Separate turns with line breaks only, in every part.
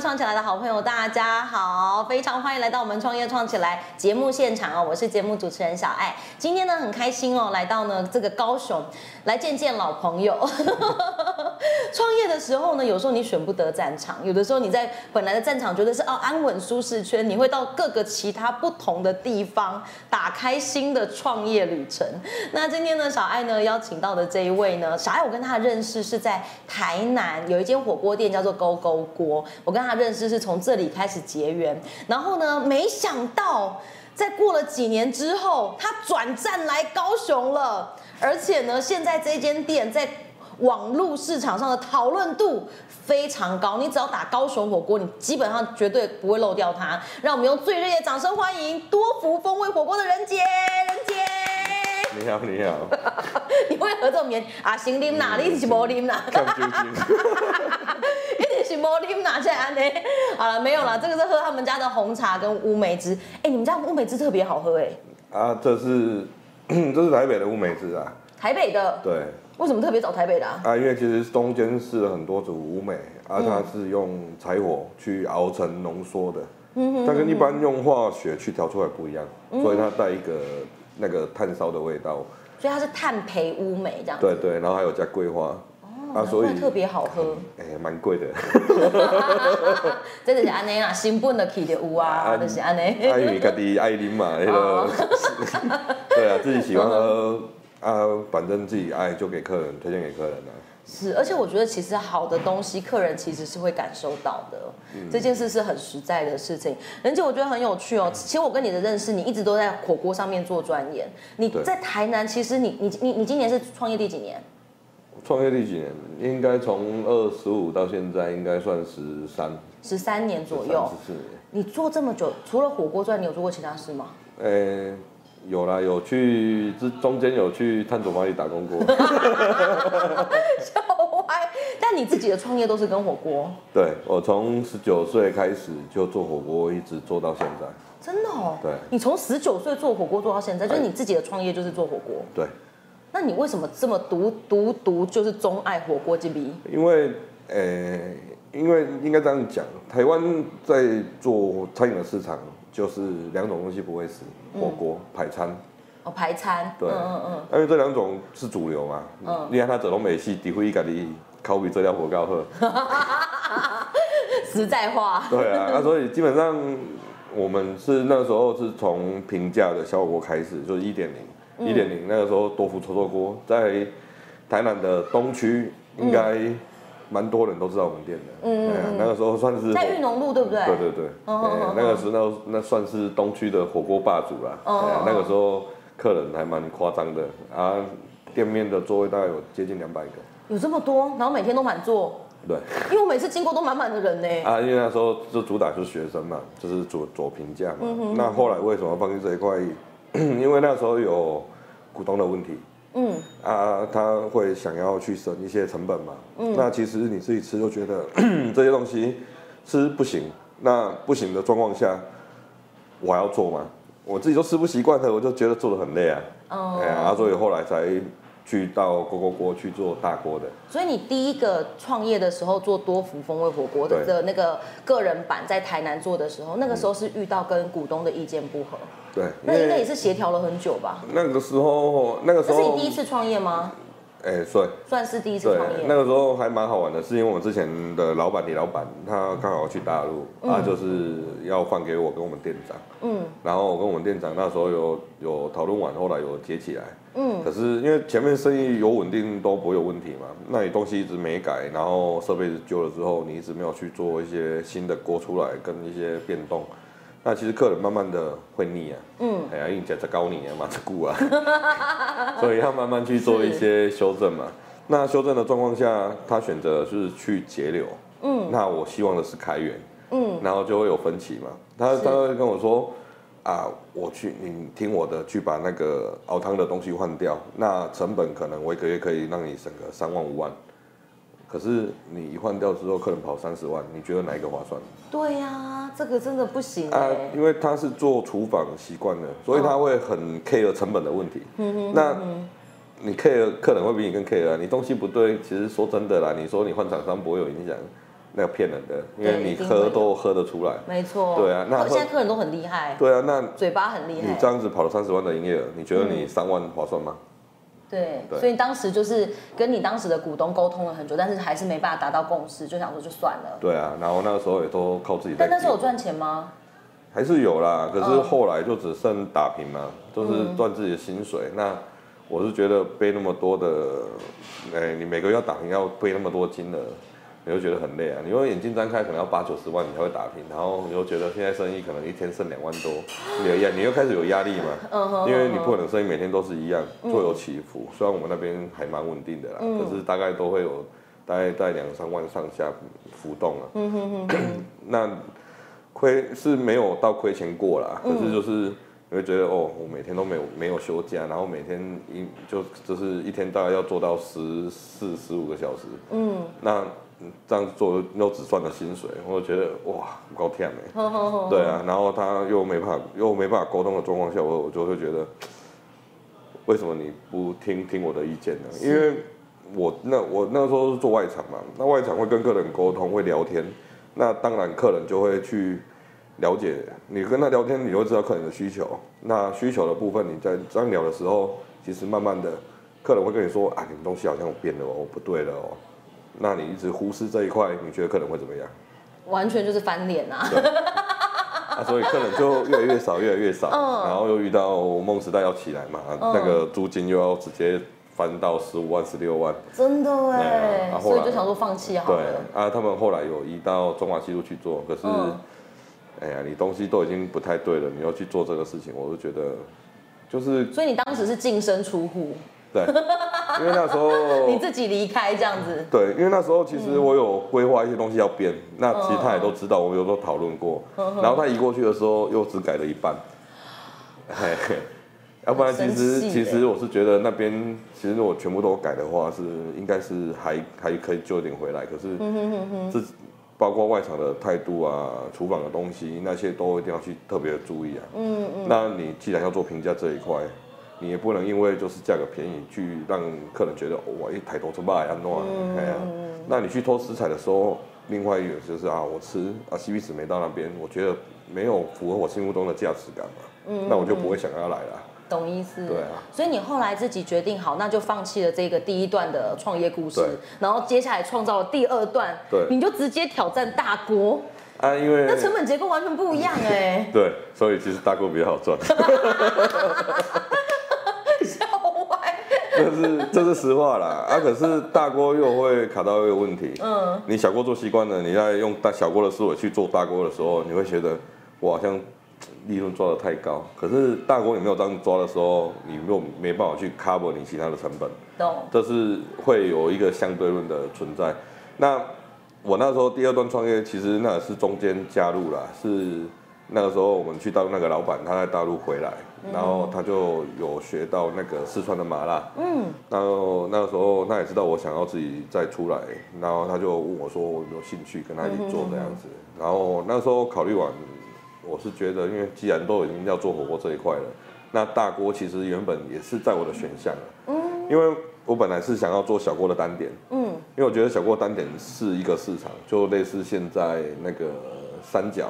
创起来的好朋友，大家好，非常欢迎来到我们创业创起来节目现场哦，我是节目主持人小爱。今天呢，很开心哦，来到呢这个高雄来见见老朋友。创业的时候呢，有时候你选不得战场，有的时候你在本来的战场觉得是哦安稳舒适圈，你会到各个其他不同的地方，打开新的创业旅程。那今天呢，小爱呢邀请到的这一位呢，小爱我跟他的认识是在台南有一间火锅店叫做勾勾锅，我跟他认识是从这里开始结缘，然后呢，没想到。在过了几年之后，他转战来高雄了，而且呢，现在这间店在网络市场上的讨论度非常高，你只要打高雄火锅，你基本上绝对不会漏掉它。让我们用最热烈的掌声欢迎多福风味火锅的任杰，任杰。
你好，你好，
你为何这么严啊？行啉啦，你是无啉啦，
看究竟。
一定是无啉啦，这安尼。好啊了，没有啦，这个是喝他们家的红茶跟乌梅汁。哎、你们家乌梅汁特别好喝哎、
啊，这是 这是台北的乌梅汁啊，
台北的
对
为什么特别找台北的、啊？
啊，因为其实中间试了很多组乌梅，啊，它
嗯
是用柴火去熬成浓缩的，
嗯
它跟一般用化学去调出来不一样，所以它带一个那个炭烧的味道，
所以它是炭焙乌梅这样子，
对对，然后还有加桂花，啊，
哦难
所以
怪特别好喝。
哎蛮 贵的，
真的是安尼啦，成本就去就有啊，
啊
就是安尼。
啊，因为家己爱啉嘛，那
哦
个， 对啊，自己喜欢
嗯
喝啊，反正自己爱就给客人推荐给客人啊。
是，而且我觉得其实好的东西，客人其实是会感受到的，
嗯
这件事是很实在的事情。而且我觉得很有趣哦，其实我跟你的认识，你一直都在火锅上面做钻研。你
对
在台南，其实你你你你今年是创业第几年？
创业第几年？应该从二十五到现在，应该算十三
十三年左右。
十四年。
你做这么久，除了火锅之外，你有做过其他事吗？
呃、有啦，有去之中间有去探索马里打工过。
笑歪。但你自己的创业都是跟火锅，
对，我从十九岁开始就做火锅，一直做到现在。
真的哦。
对
你从十九岁做火锅做到现在，就是
哎
你自己的创业就是做火锅。
对，
那你为什么这么独独独就是钟爱火锅这笔？
因为呃，因为应该这样讲，台湾在做餐饮的市场，就是两种东西不会死：火锅、
嗯
排餐。
哦，排餐。
对，
嗯嗯
因为这两种是主流嘛，你看他走拢美系，诋毁家己口味做了火 高喝，
嗯，实在话。
对啊，那所以基本上我们是那时候是从平价的小火锅开始，就是一点
嗯
零，一点零那个时候多福臭臭锅在台南的东区应该
嗯
蛮多人都知道我们店的，嗯，那个时候算是
在裕农路对不对？嗯
对对对，哎那个时候那算是东区的火锅霸主啦。
哦
哎那个时候客人还蛮夸张的啊，店面的座位大概有接近两百个。
有这么多，然后每天都满座，
对
因为我每次经过都满满的人呢。
啊，因为那时候就主打就是学生嘛，就是左左评价嘛。
嗯
那后来为什么放弃这一块？ 因为那时候有股东的问题。
嗯，
啊，他会想要去省一些成本嘛。
嗯
那其实你自己吃就觉得 这些东西吃不行，那不行的状况下，我还要做吗？我自己都吃不习惯的，我就觉得做的很累啊。
哦
哎呀、啊，所以后来才去到锅锅锅去做大锅的。
所以你第一个创业的时候做多福风味火锅的
对
的那个个人版，在台南做的时候，那个时候是遇到跟股东的意见不合，
对，
那应该也是协调了很久吧？
那个时候，那个时
这是
候
你第一，次创业吗？
哎、对。
算是第一次
对
创，业。
那个时候还蛮好玩的，是因为我之前的老板李老板，他刚好去大陆，他就是要换给我跟我们店长，嗯，然后我跟我们店长那时候有有讨论完，后来有接起来，嗯，可是因为前面生意有稳定都不会有问题嘛，那你东西一直没改，然后设备旧了之后，你一直没有去做一些新的锅出来跟一些变动。那其实客人慢慢的会腻啊，嗯，哎呀，因为你讲这高你啊嘛，这固啊， 所以要慢慢去做一些修正嘛。那修正的状况下，他选择是去节流，嗯，那我希望的是开源，嗯，然后就会有分歧嘛。他他会跟我说啊，我去，你听我的，去把那个熬汤的东西换掉，那成本可能我一个月可以让你省个三万五万，可是你一换掉之后，客人跑三十万，你觉得哪一个划算？
对呀、这个真的不行哎、
啊，因为他是做厨房习惯的，所以他会
哦
很 care 成本的问题。
嗯
那你 care 客人会比你更 care 啊，你东西不对，其实说真的啦，你说你换厂商不会有影响，那个骗人的，因为
对一
你
定
喝
会
都喝得出来。
没错。
对啊那
客
会
现在客人都很厉害，
对啊，那
嘴巴很厉
你
害
这。样子跑了三十万的营业额，你觉得你三万划算吗？
对，
对
所以当时就是跟你当时的股东沟通了很久，但是还是没办法达到共识，就想说就算了。
对啊，然后那个时候也都靠自己在
但
拼。
那时候有赚钱吗？
还是有啦，可是后来就只剩打平嘛，就是赚自己的薪水。那我是觉得背那么多的，哎、你每个月要打平要背那么多金额，你会觉得很累啊。你如果眼睛张开，可能要八九十万你才会打平，然后你又觉得现在生意可能一天剩两万多，你有压，你又开始有压力
嗯
嘛，
哼
因为你不可能生意每天都是一样，会有起伏。虽然我们那边还蛮稳定的啦，可是大概都会有大概在两三万上下浮动啊。嗯哼哼那亏是没有到亏钱过啦，
嗯
可是就是你会觉得哦，我每天都没有没有休假，然后每天一就就是一天大概要做到十四十五个小时，嗯，那这样做又只赚了薪水，我就觉得哇，够甜哎，
呵呵呵
对啊，然后他又没办法又没办法沟通的状况下，我我就会觉得，为什么你不听听我的意见呢？因为我那我那时候是做外场嘛，那外场会跟客人沟通，会聊天，那当然客人就会去了解你跟他聊天，你会知道客人的需求。那需求的部分，你在这样聊的时候，其实慢慢的，客人会跟你说啊，你们东西好像有变了哦，我不对了哦。那你一直忽视这一块，你觉得客人会怎么样？
完全就是翻脸啊！
啊，所以客人就越来越少，越来越少，然后又遇到梦时代要起来嘛，那个租金又要直接翻到十五万、十六万，
真的哎、
对啊啊后
所
来
以就想说放弃好
对
了。
啊，他们后来有移到中华西路去做，可是，
嗯
哎呀，你东西都已经不太对了，你要去做这个事情，我就觉得，就是
所以你当时是净身出户，
对，因为那时 候
你自己离开这样子，
对，因为那时候其实我有规划一些东西要变，那其实他也都知道，我们有都讨论过。
嗯
然后他移过去的时候又只改了一半，嘿嘿要不然其
很
实
生气
其
耶
实我是觉得那边其实如果全部都改的话是应该是还还可以救一点回来，可是这包括外场的态度啊、厨房的东西那些都一定要去特别注意啊。嗯嗯。那你既然要做评价这一块，你也不能因为就是价格便宜去让客人觉得哦哇一台都是卖安诺啊，哎呀、那你去偷食材的时候，另外一个就是啊，我吃啊 CP 值没到那边，我觉得没有符合我心目中的价值感嘛，那我就不会想要来了。
懂意思？
对啊。
所以你后来自己决定好，那就放弃了这个第一段的创业故事
对，
然后接下来创造了第二段，
对
你就直接挑战大国，
啊，因为
那成本结构完全不一样 哎、
对，所以其实大锅比较好赚，
笑歪。
这是这是实话啦。啊，可是大锅又会卡到一个问题，嗯，你小锅做习惯了，你在用大小锅的思维去做大锅的时候，你会觉得我好像利润抓得太高。可是大锅你没有这样抓的时候，你又没办法去 cover 你其他的成本。
懂，
这是会有一个相对论的存在。那我那时候第二段创业，其实那也是中间加入啦，是那个时候我们去大陆那个老板，他在大陆回来，然后他就有学到那个四川的麻辣，嗯，然后那个时候他也知道我想要自己再出来，然后他就问我说我有没有兴趣跟他一起做这样子，然后那时候考虑完，我是觉得因为既然都已经要做火锅这一块了，那大锅其实原本也是在我的选项了，因为我本来是想要做小锅的单点，嗯，因为我觉得小锅单点是一个市场，就类似现在那个三角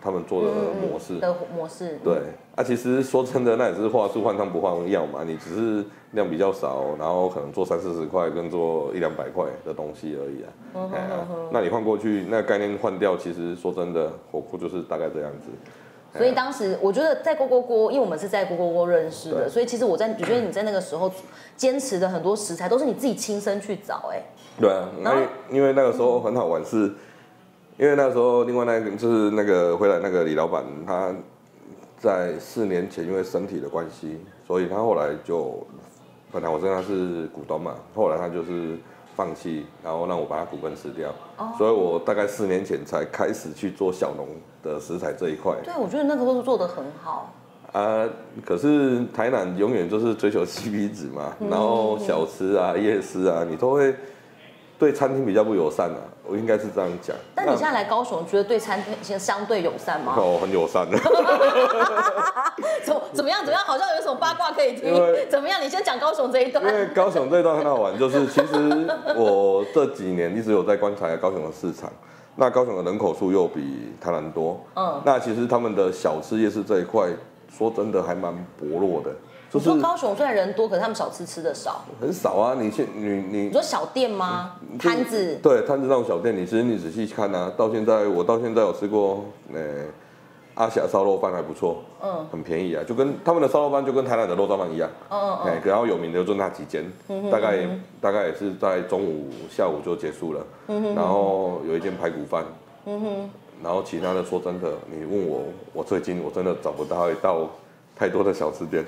他们做的
嗯
模式，
的模式，
对。啊，其实说真的，那也是话术换汤不换药嘛，你只是量比较少，然后可能做三四十块跟做一两百块的东西而已啊。哎呀，那你换过去，那概念换掉，其实说真的，火锅就是大概这样子。
所
哎
以当时我觉得在锅锅锅，因为我们是在锅锅锅认识的，
对嗯
所以其实我在我觉得你在那个时候坚持的很多食材都是你自己亲身去找、哎，
对啊，
然后
因为因为那个时候很好玩是，因为那时候另外那个就是那个回来那个李老板，他在四年前因为身体的关系，所以他后来就本来我跟他是股东嘛，后来他就是放弃，然后让我把他股份吃掉，
哦
所以我大概四年前才开始去做小农的食材这一块。
对，我觉得那个都做的很好，
啊，可是台南永远就是追求 CP 值嘛，
嗯
然后小吃啊、夜市啊，你都会对餐厅比较不友善啊，我应该是这样讲。
但你现在来高雄，觉得对餐厅现在相对友善
那
吗？
哦，很友善的，
怎么怎么样？怎么样？好像有什么八卦可以听
因为？
怎么样？你先讲高雄这一
因为
段。
高雄这一段很好玩，就是其实我这几年一直有在观察高雄的市场，那高雄的人口数又比台南多，
嗯，
那其实他们的小吃夜市这一块，说真的还蛮薄弱的，就
你
是
说高雄虽然人多，可是他们小吃吃的少。
很少啊。你现你
你
你
说小店吗？
嗯
摊子
对摊子那种小店，你其实你仔细看啊，到现在我到现在有吃过，呃、阿霞烧肉饭还不错，
嗯，
很便宜啊，就跟他们的烧肉饭就跟台南的肉燥饭一样，
嗯嗯
哎、然后有名的就那几间，大概大概也是在中午下午就结束了，
嗯
然后有一间排骨饭，然后其他的说真的，你问我，我最近我真的找不到一道太多的小吃店，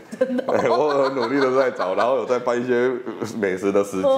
哎 我很努力的在找，然后有在办一些美食的实际，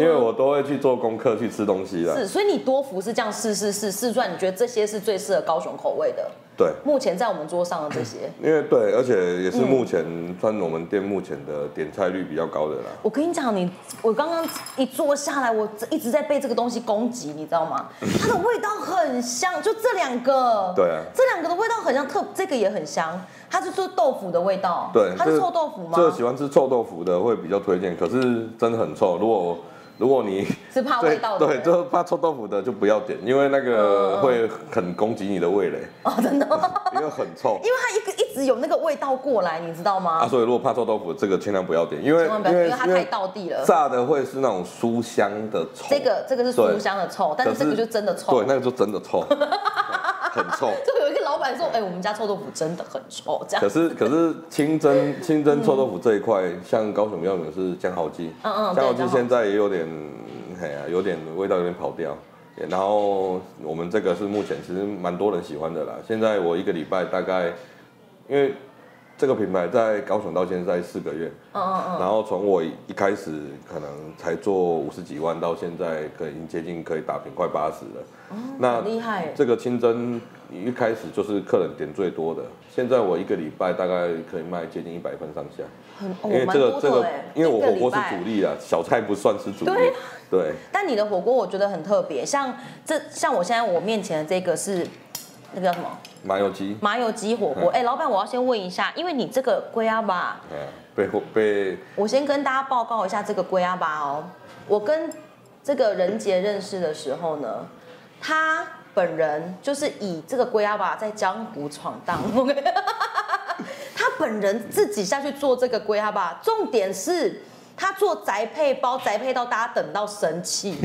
因为我都会去做功课去吃东西啦，
是，所以你多福是这样试试试试转，你觉得这些是最适合高雄口味的？
对。
目前在我们桌上的这些，
因为对，而且也是目前、算我们店目前的点菜率比较高的啦。
我跟你讲，你我刚刚一坐下来，我一直在被这个东西攻击，你知道 吗？它的味道很香，就这两个，
对啊
这两个的味道很像，特这个也很香，它是做豆腐的味道，
对，
它
这
是
个
臭豆腐吗
这？个喜欢吃臭豆腐的会比较推荐，可是真的很臭。如果如果你
是怕味
对
道的
对，
人，
就怕臭豆腐的就不要点，因为那个会很攻击你的味蕾，
哦，真的吗，
因为很臭
因为它一个一直有那个味道过来，你知道吗？
啊。所以如果怕臭豆腐，这个千万不要点，因为
千万不要，因为它太道地了。
炸的会是那种酥香的臭，
这个这个是书
对
香的臭，但是这个就真的臭
对，。那个就真的臭， 很臭。
就有一个老板说：“哎、我们家臭豆腐真的很臭。”这样
可 是可是清蒸清蒸臭豆腐这一块，像高雄要有的是江豪鸡，
嗯嗯对
江豪
江
鸡
豪
现在也有点，哎呀、有点味道有点跑掉。然后我们这个是目前其实蛮多人喜欢的啦。现在我一个礼拜大概，因为这个品牌在高雄到现在四个月，
嗯嗯嗯，
然后从我一开始可能才做五十几万，到现在可能已经接近可以打平快八十了。那
哦很厉害耶。
这个清蒸一开始就是客人点最多的，现在我一个礼拜大概可以卖接近一百份上下，
很
因为
哦，蛮
这个
多
这
的
个
哎。
因为我
一个
火
礼
锅是
拜
主力啊，小菜不算是主力，
对啊
对
但你的火锅我觉得很特别，像这像我现在我面前的这个是那个叫什么
麻油鸡，
麻油鸡火锅。哎、老板，我要先问一下，因为你这个龟阿巴，
哎呀，被火 被
我先跟大家报告一下这个龟阿巴哦。我跟这个任杰认识的时候呢，他本人就是以这个龟阿巴在江湖闯荡。他本人自己下去做这个龟阿巴，重点是。他做宅配包，宅配到大家等到生气，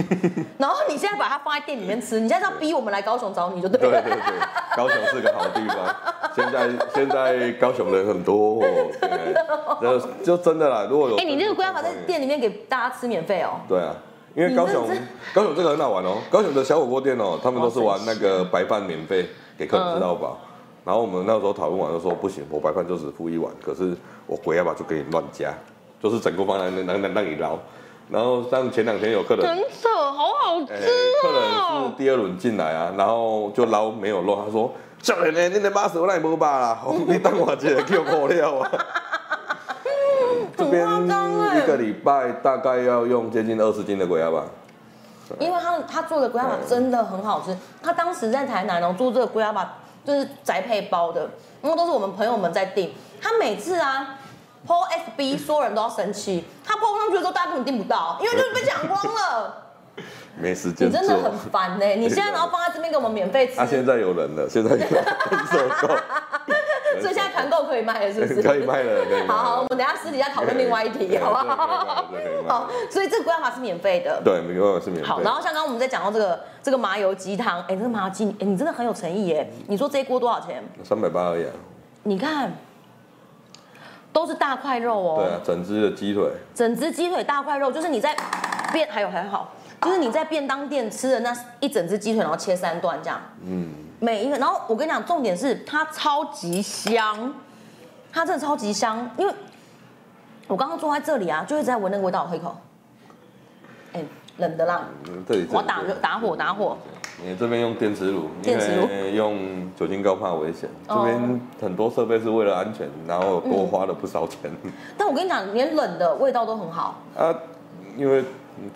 然后你现在把它放在店里面吃，你现在是要逼我们来高雄找你就对
对
了
对。对，高雄是个好地方。现在现在高雄人很多、哦， 对就就真的啦。如果有
哎、你这个龟阿巴在
对
店里面给大家吃免费哦、
对啊，因为高雄
你认真
高雄这个很好玩哦，高雄的小火锅店哦，他们都是玩那个白饭免费给客人吃到
嗯
饱。然后我们那时候讨论完就说不行，我白饭就只付一碗，可是我回来吧就给你乱加，就是整锅饭让让让让你捞。然后像前两天有客人，
扯，好好吃哦
哎客人是第二轮进来啊，然后就捞没有肉，他说：“小人呢，你的八十我那也没吧啦，哦你当我这个叫破料啊。”这边
很夸张哎
一个礼拜大概要用接近二十斤的鬼鸭吧。
因为他他做的龟阿巴真的很好吃，他当时在台南哦做这个龟阿巴就是宅配包的，然后都是我们朋友们在订。他每次啊 PO FB，所有人都要生气，他 PO 上去的时候大家根本订不到，因为就是被抢光 了。
没时
你
间做。
真的很烦呢、你现在然后放在这边给我们免 费吃，
啊，现在有人了，现在有人受够，
所以现在团购可以卖了，是不是？
可以卖了，可以卖了。
好好，我们等一下私底下讨论另外一题，
对
好不好？
对可以卖了可以卖了
好，所以这个龟阿巴是免费的。
对，没办法是免费。
好，然后像刚刚我们在讲到这个这个麻油鸡汤，哎，这个麻油鸡，哎，你真的很有诚意耶！你说这一锅多少钱？
三百八而已、啊。
你看，都是大块肉哦，
对啊，整只的鸡腿，
整只鸡腿大块肉，就是你在便还有还好，就是你在便当店吃的那一整只鸡腿，然后切三段这样，嗯，每一个，然后我跟你讲，重点是它超级香，它真的超级香，因为我刚刚坐在这里啊，就一直在闻那个味道，我喝一口，哎，冷的啦，
嗯这里。
我要打热打火打火。
你这边用电磁炉，
电磁炉
因为用酒精高怕危险。
哦
这边很多设备是为了安全，然后多花了不少钱
但我跟你讲，连冷的味道都很好，
啊，因为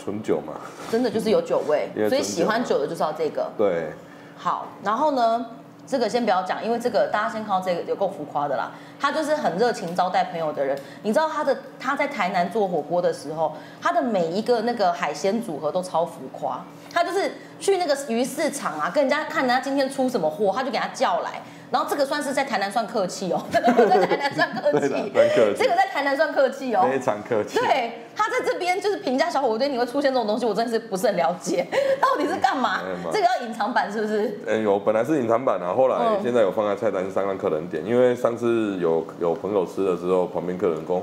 纯酒嘛，
真的就是有酒味
因，为
所以
纯
喜
酒
欢
嘛
酒的就是要这个。
对，
好，然后呢，这个先不要讲，因为这个大家先看到这个有够浮夸的啦。他就是很热情招待朋友的人，你知道他的他在台南做火锅的时候，他的每一个那个海鲜组合都超浮夸，他就是去那个鱼市场啊，跟人家看人家今天出什么货，他就给他叫来。然后这个算是在台南算客气哦， 在台南算客气
对啦，算客气
这个在台南算客气哦。
非常客气。
对，他在这边就是评价小火锅店你会出现这种东西，我真的是不是很了解， 到底是干嘛
嗯没有嘛？
这个要隐藏版是不是？
嗯，有本来是隐藏版啊，后来
嗯
现在有放在菜单上让客人点，因为上次有有朋友吃了之后，旁边客人讲，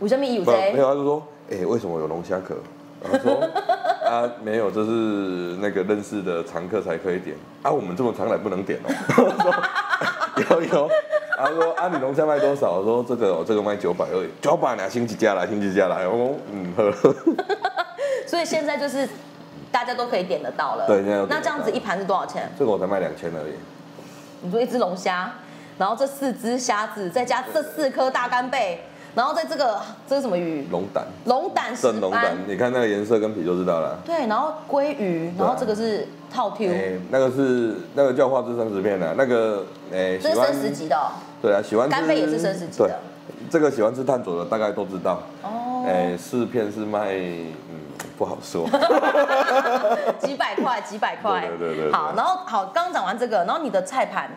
五香米有
不没有，
谁？
他就说，哎、为什么有龙虾壳？然后 说啊，没有，这是那个认识的常客才可以点啊，我们这么常来不能点哦。 我说 有有，他说啊，你龙虾卖多少？我说这个哦，这个卖九百二，九百两星期加来，星期加来。我说嗯呵呵，
所以现在就是大家都可以点得到了。
对现在都点得到
那这样子一盘是多少钱？
这个我才卖两千而已。
你说一只龙虾，然后这四只虾子，再加这四颗大干贝，然后在这个这是什么鱼？
龙胆，
龙胆石
正龙胆
斑。，
你看那个颜色跟皮就知道了。
对，然后鲑鱼，然后这个是套 Q，、
哎，那个是那个叫花枝生食片啊，那个哎、
这
喜
是
欢
生食级的哦、
对啊，喜欢吃
干贝也是生食级的
对，这个喜欢吃碳佐的大概都知道。
哦
哎、四片是卖嗯不好 说，
几百 块，几百块。
对对对对对
好，然后好，刚讲完这个，然后你的菜盘，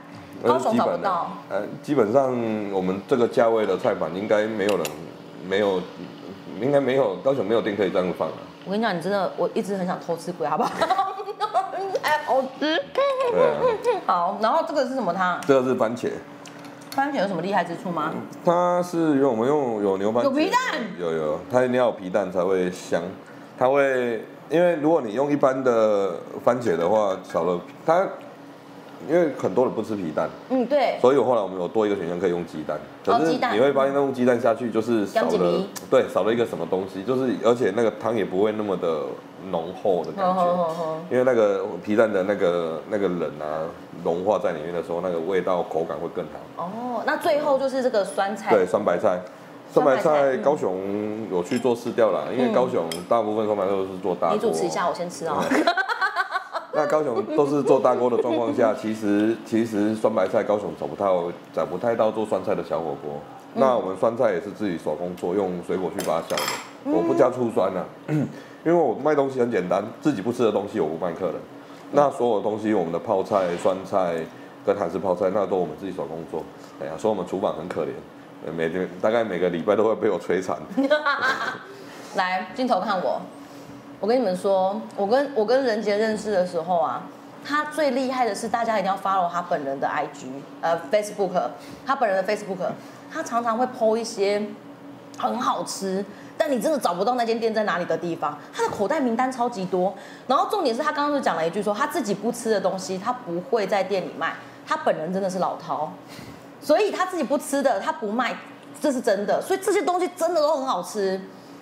高雄
基
找不
本的
到。。
呃，基本上我们这个价位的菜板应该没有人没有，应该没有高雄没有店可以这样放啊。
我跟你讲，你真的，我一直很想偷吃鬼，好 不好？哎，好吃。
对 啊，
好，然后这个是什么汤？
这个是番茄，
番茄有什么厉害之处吗？
嗯它是因为我们用有牛番茄，
有皮蛋，
有有，它一定要有皮蛋才会香，它会因为如果你用一般的番茄的话，少了它，因为很多人不吃皮蛋，
嗯，对，
所以后来我们有多一个选项可以用鸡蛋，可是
哦鸡蛋
你会发现那用鸡蛋下去就是少
香鸡
了
米，
对，少了一个什么东西，就是而且那个汤也不会那么的浓厚的
好
感
好
觉。
好好。
因为那个皮蛋的那个那个冷啊，融化在里面的时候，那个味道口感会更好。
哦，那最后就是这个酸菜，
对，酸白菜。
哎酸
酸
白
白
菜
菜
嗯
高雄有去做试调啦，因为高雄大部分酸白菜都是做大锅。
你主持一下，我先吃哦。
那高雄都是做大锅的状况下，其实其实酸白菜高雄找不到找不太到做酸菜的小火锅。那我们酸菜也是自己手工做，用水果去发酵的，我不加醋酸啊，因为我卖东西很简单，自己不吃的东西我不卖客人。那所有东西，我们的泡菜、酸菜跟韩式泡菜，那都我们自己手工做。哎呀，说我们厨房很可怜，呃每天大概每个礼拜都会被我摧残。
来，镜头看我。我跟你们说，我跟我跟任杰认识的时候啊，他最厉害的是大家一定要 follow 他本人的 IG，呃，Facebook，他本人的 Facebook，他常常会 PO 一些很好吃，但你真的找不到那间店在哪里的地方。他的口袋名单超级多，然后重点是他刚刚就讲了一句说，他自己不吃的东西，他不会在店里卖。他本人真的是老饕，所以他自己不吃的，他不卖，这是真的。所以这些东西真的都很好吃，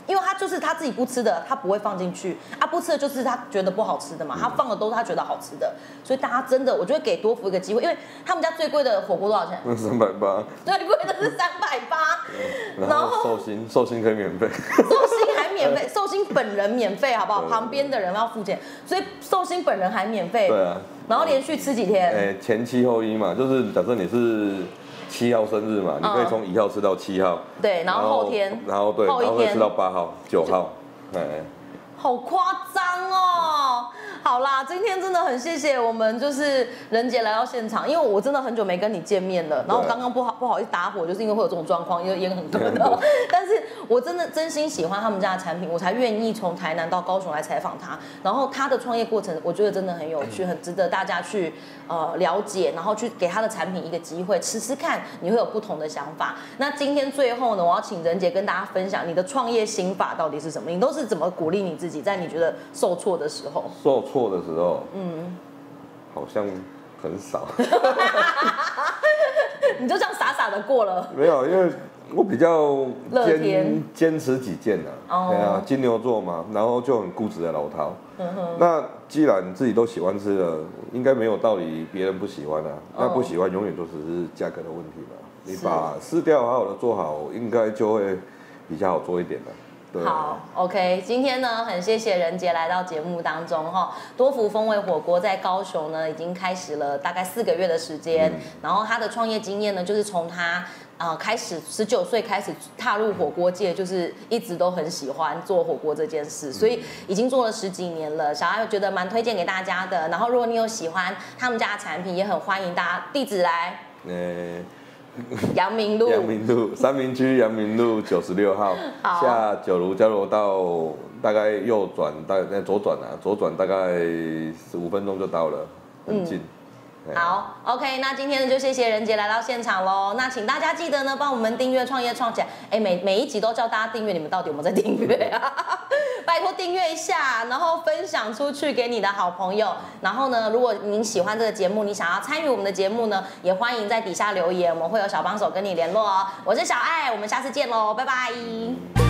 因为他就是他自己不吃的，他不会放进去。他不吃的就是他觉得不好吃的
嗯
嘛，他放的都是他觉得好吃的。所以大家真的，我觉得给多福一个机会，因为他们家最贵的火锅多少钱？啊
那三百八，
最贵的是三百八，
嗯然后寿星寿星可以免费。
寿星还免费，寿星本人免费，好不好？
对
旁边的人要付钱，所以寿星本人还免费。
对哎啊。
然后连续吃几天，
诶、呃前七后一嘛，就是假设你是七号生日嘛，你可以从一号吃到七号，
对，嗯然后后天，
然后对，然
后一
后会
天
吃到八号、九号，哎，
好夸张哦！好啦，今天真的很谢谢我们就是任杰来到现场，因为我真的很久没跟你见面了，然后我
对
刚刚不好不好意思打火，就是因为会有这种状况，因为烟很多的。但是我真的真心喜欢他们家的产品，我才愿意从台南到高雄来采访他。然后他的创业过程，我觉得真的很有趣，很值得大家去呃了解，然后去给他的产品一个机会，吃吃看，你会有不同的想法。那今天最后呢，我要请任杰跟大家分享你的创业心法到底是什么？你都是怎么鼓励你自己，在你觉得受挫的时候？
受挫的时候，嗯，好像很少，
你就这样傻傻的过了。
没有，因为我比较
乐
坚
天
坚持己见呐、
哦
啊，对啊，金牛座嘛，然后就很固执的老饕。
嗯
那既然自己都喜欢吃了，应该没有道理别人不喜欢啊。那不喜欢永远就只是价格的问题嘛。你
哦是
把试调好好的做好，应该就会比较好做一点的。对啊
好，OK，今天呢，很谢谢任杰来到节目当中哈。多福风味火锅在高雄呢已经开始了大概四个月的时间，
嗯
然后他的创业经验呢，就是从他。呃，开始十九岁开始踏入火锅界，就是一直都很喜欢做火锅这件
嗯
事，所以已经做了十几年了。小爱觉得蛮推荐给大家的。然后，如果你有喜欢他们家的产品，也很欢迎大家地址来
呃，
阳明路。
阳明路三明区阳明路九十六号
好
下九如交流道，大概右转，大概左转啊，左转大概十五分钟就到了，很近。哎，
好，OK，那今天呢就谢谢任杰来到现场喽。那请大家记得呢帮我们订阅《创业创起来》，哎，每每一集都叫大家订阅，你们到底有没有在订阅啊？ 拜托订阅一下，然后分享出去给你的好朋友。然后呢，如果您喜欢这个节目，你想要参与我们的节目呢，也欢迎在底下留言，我们会有小帮手跟你联络哦。我是小爱，我们下次见喽，拜拜。
嗯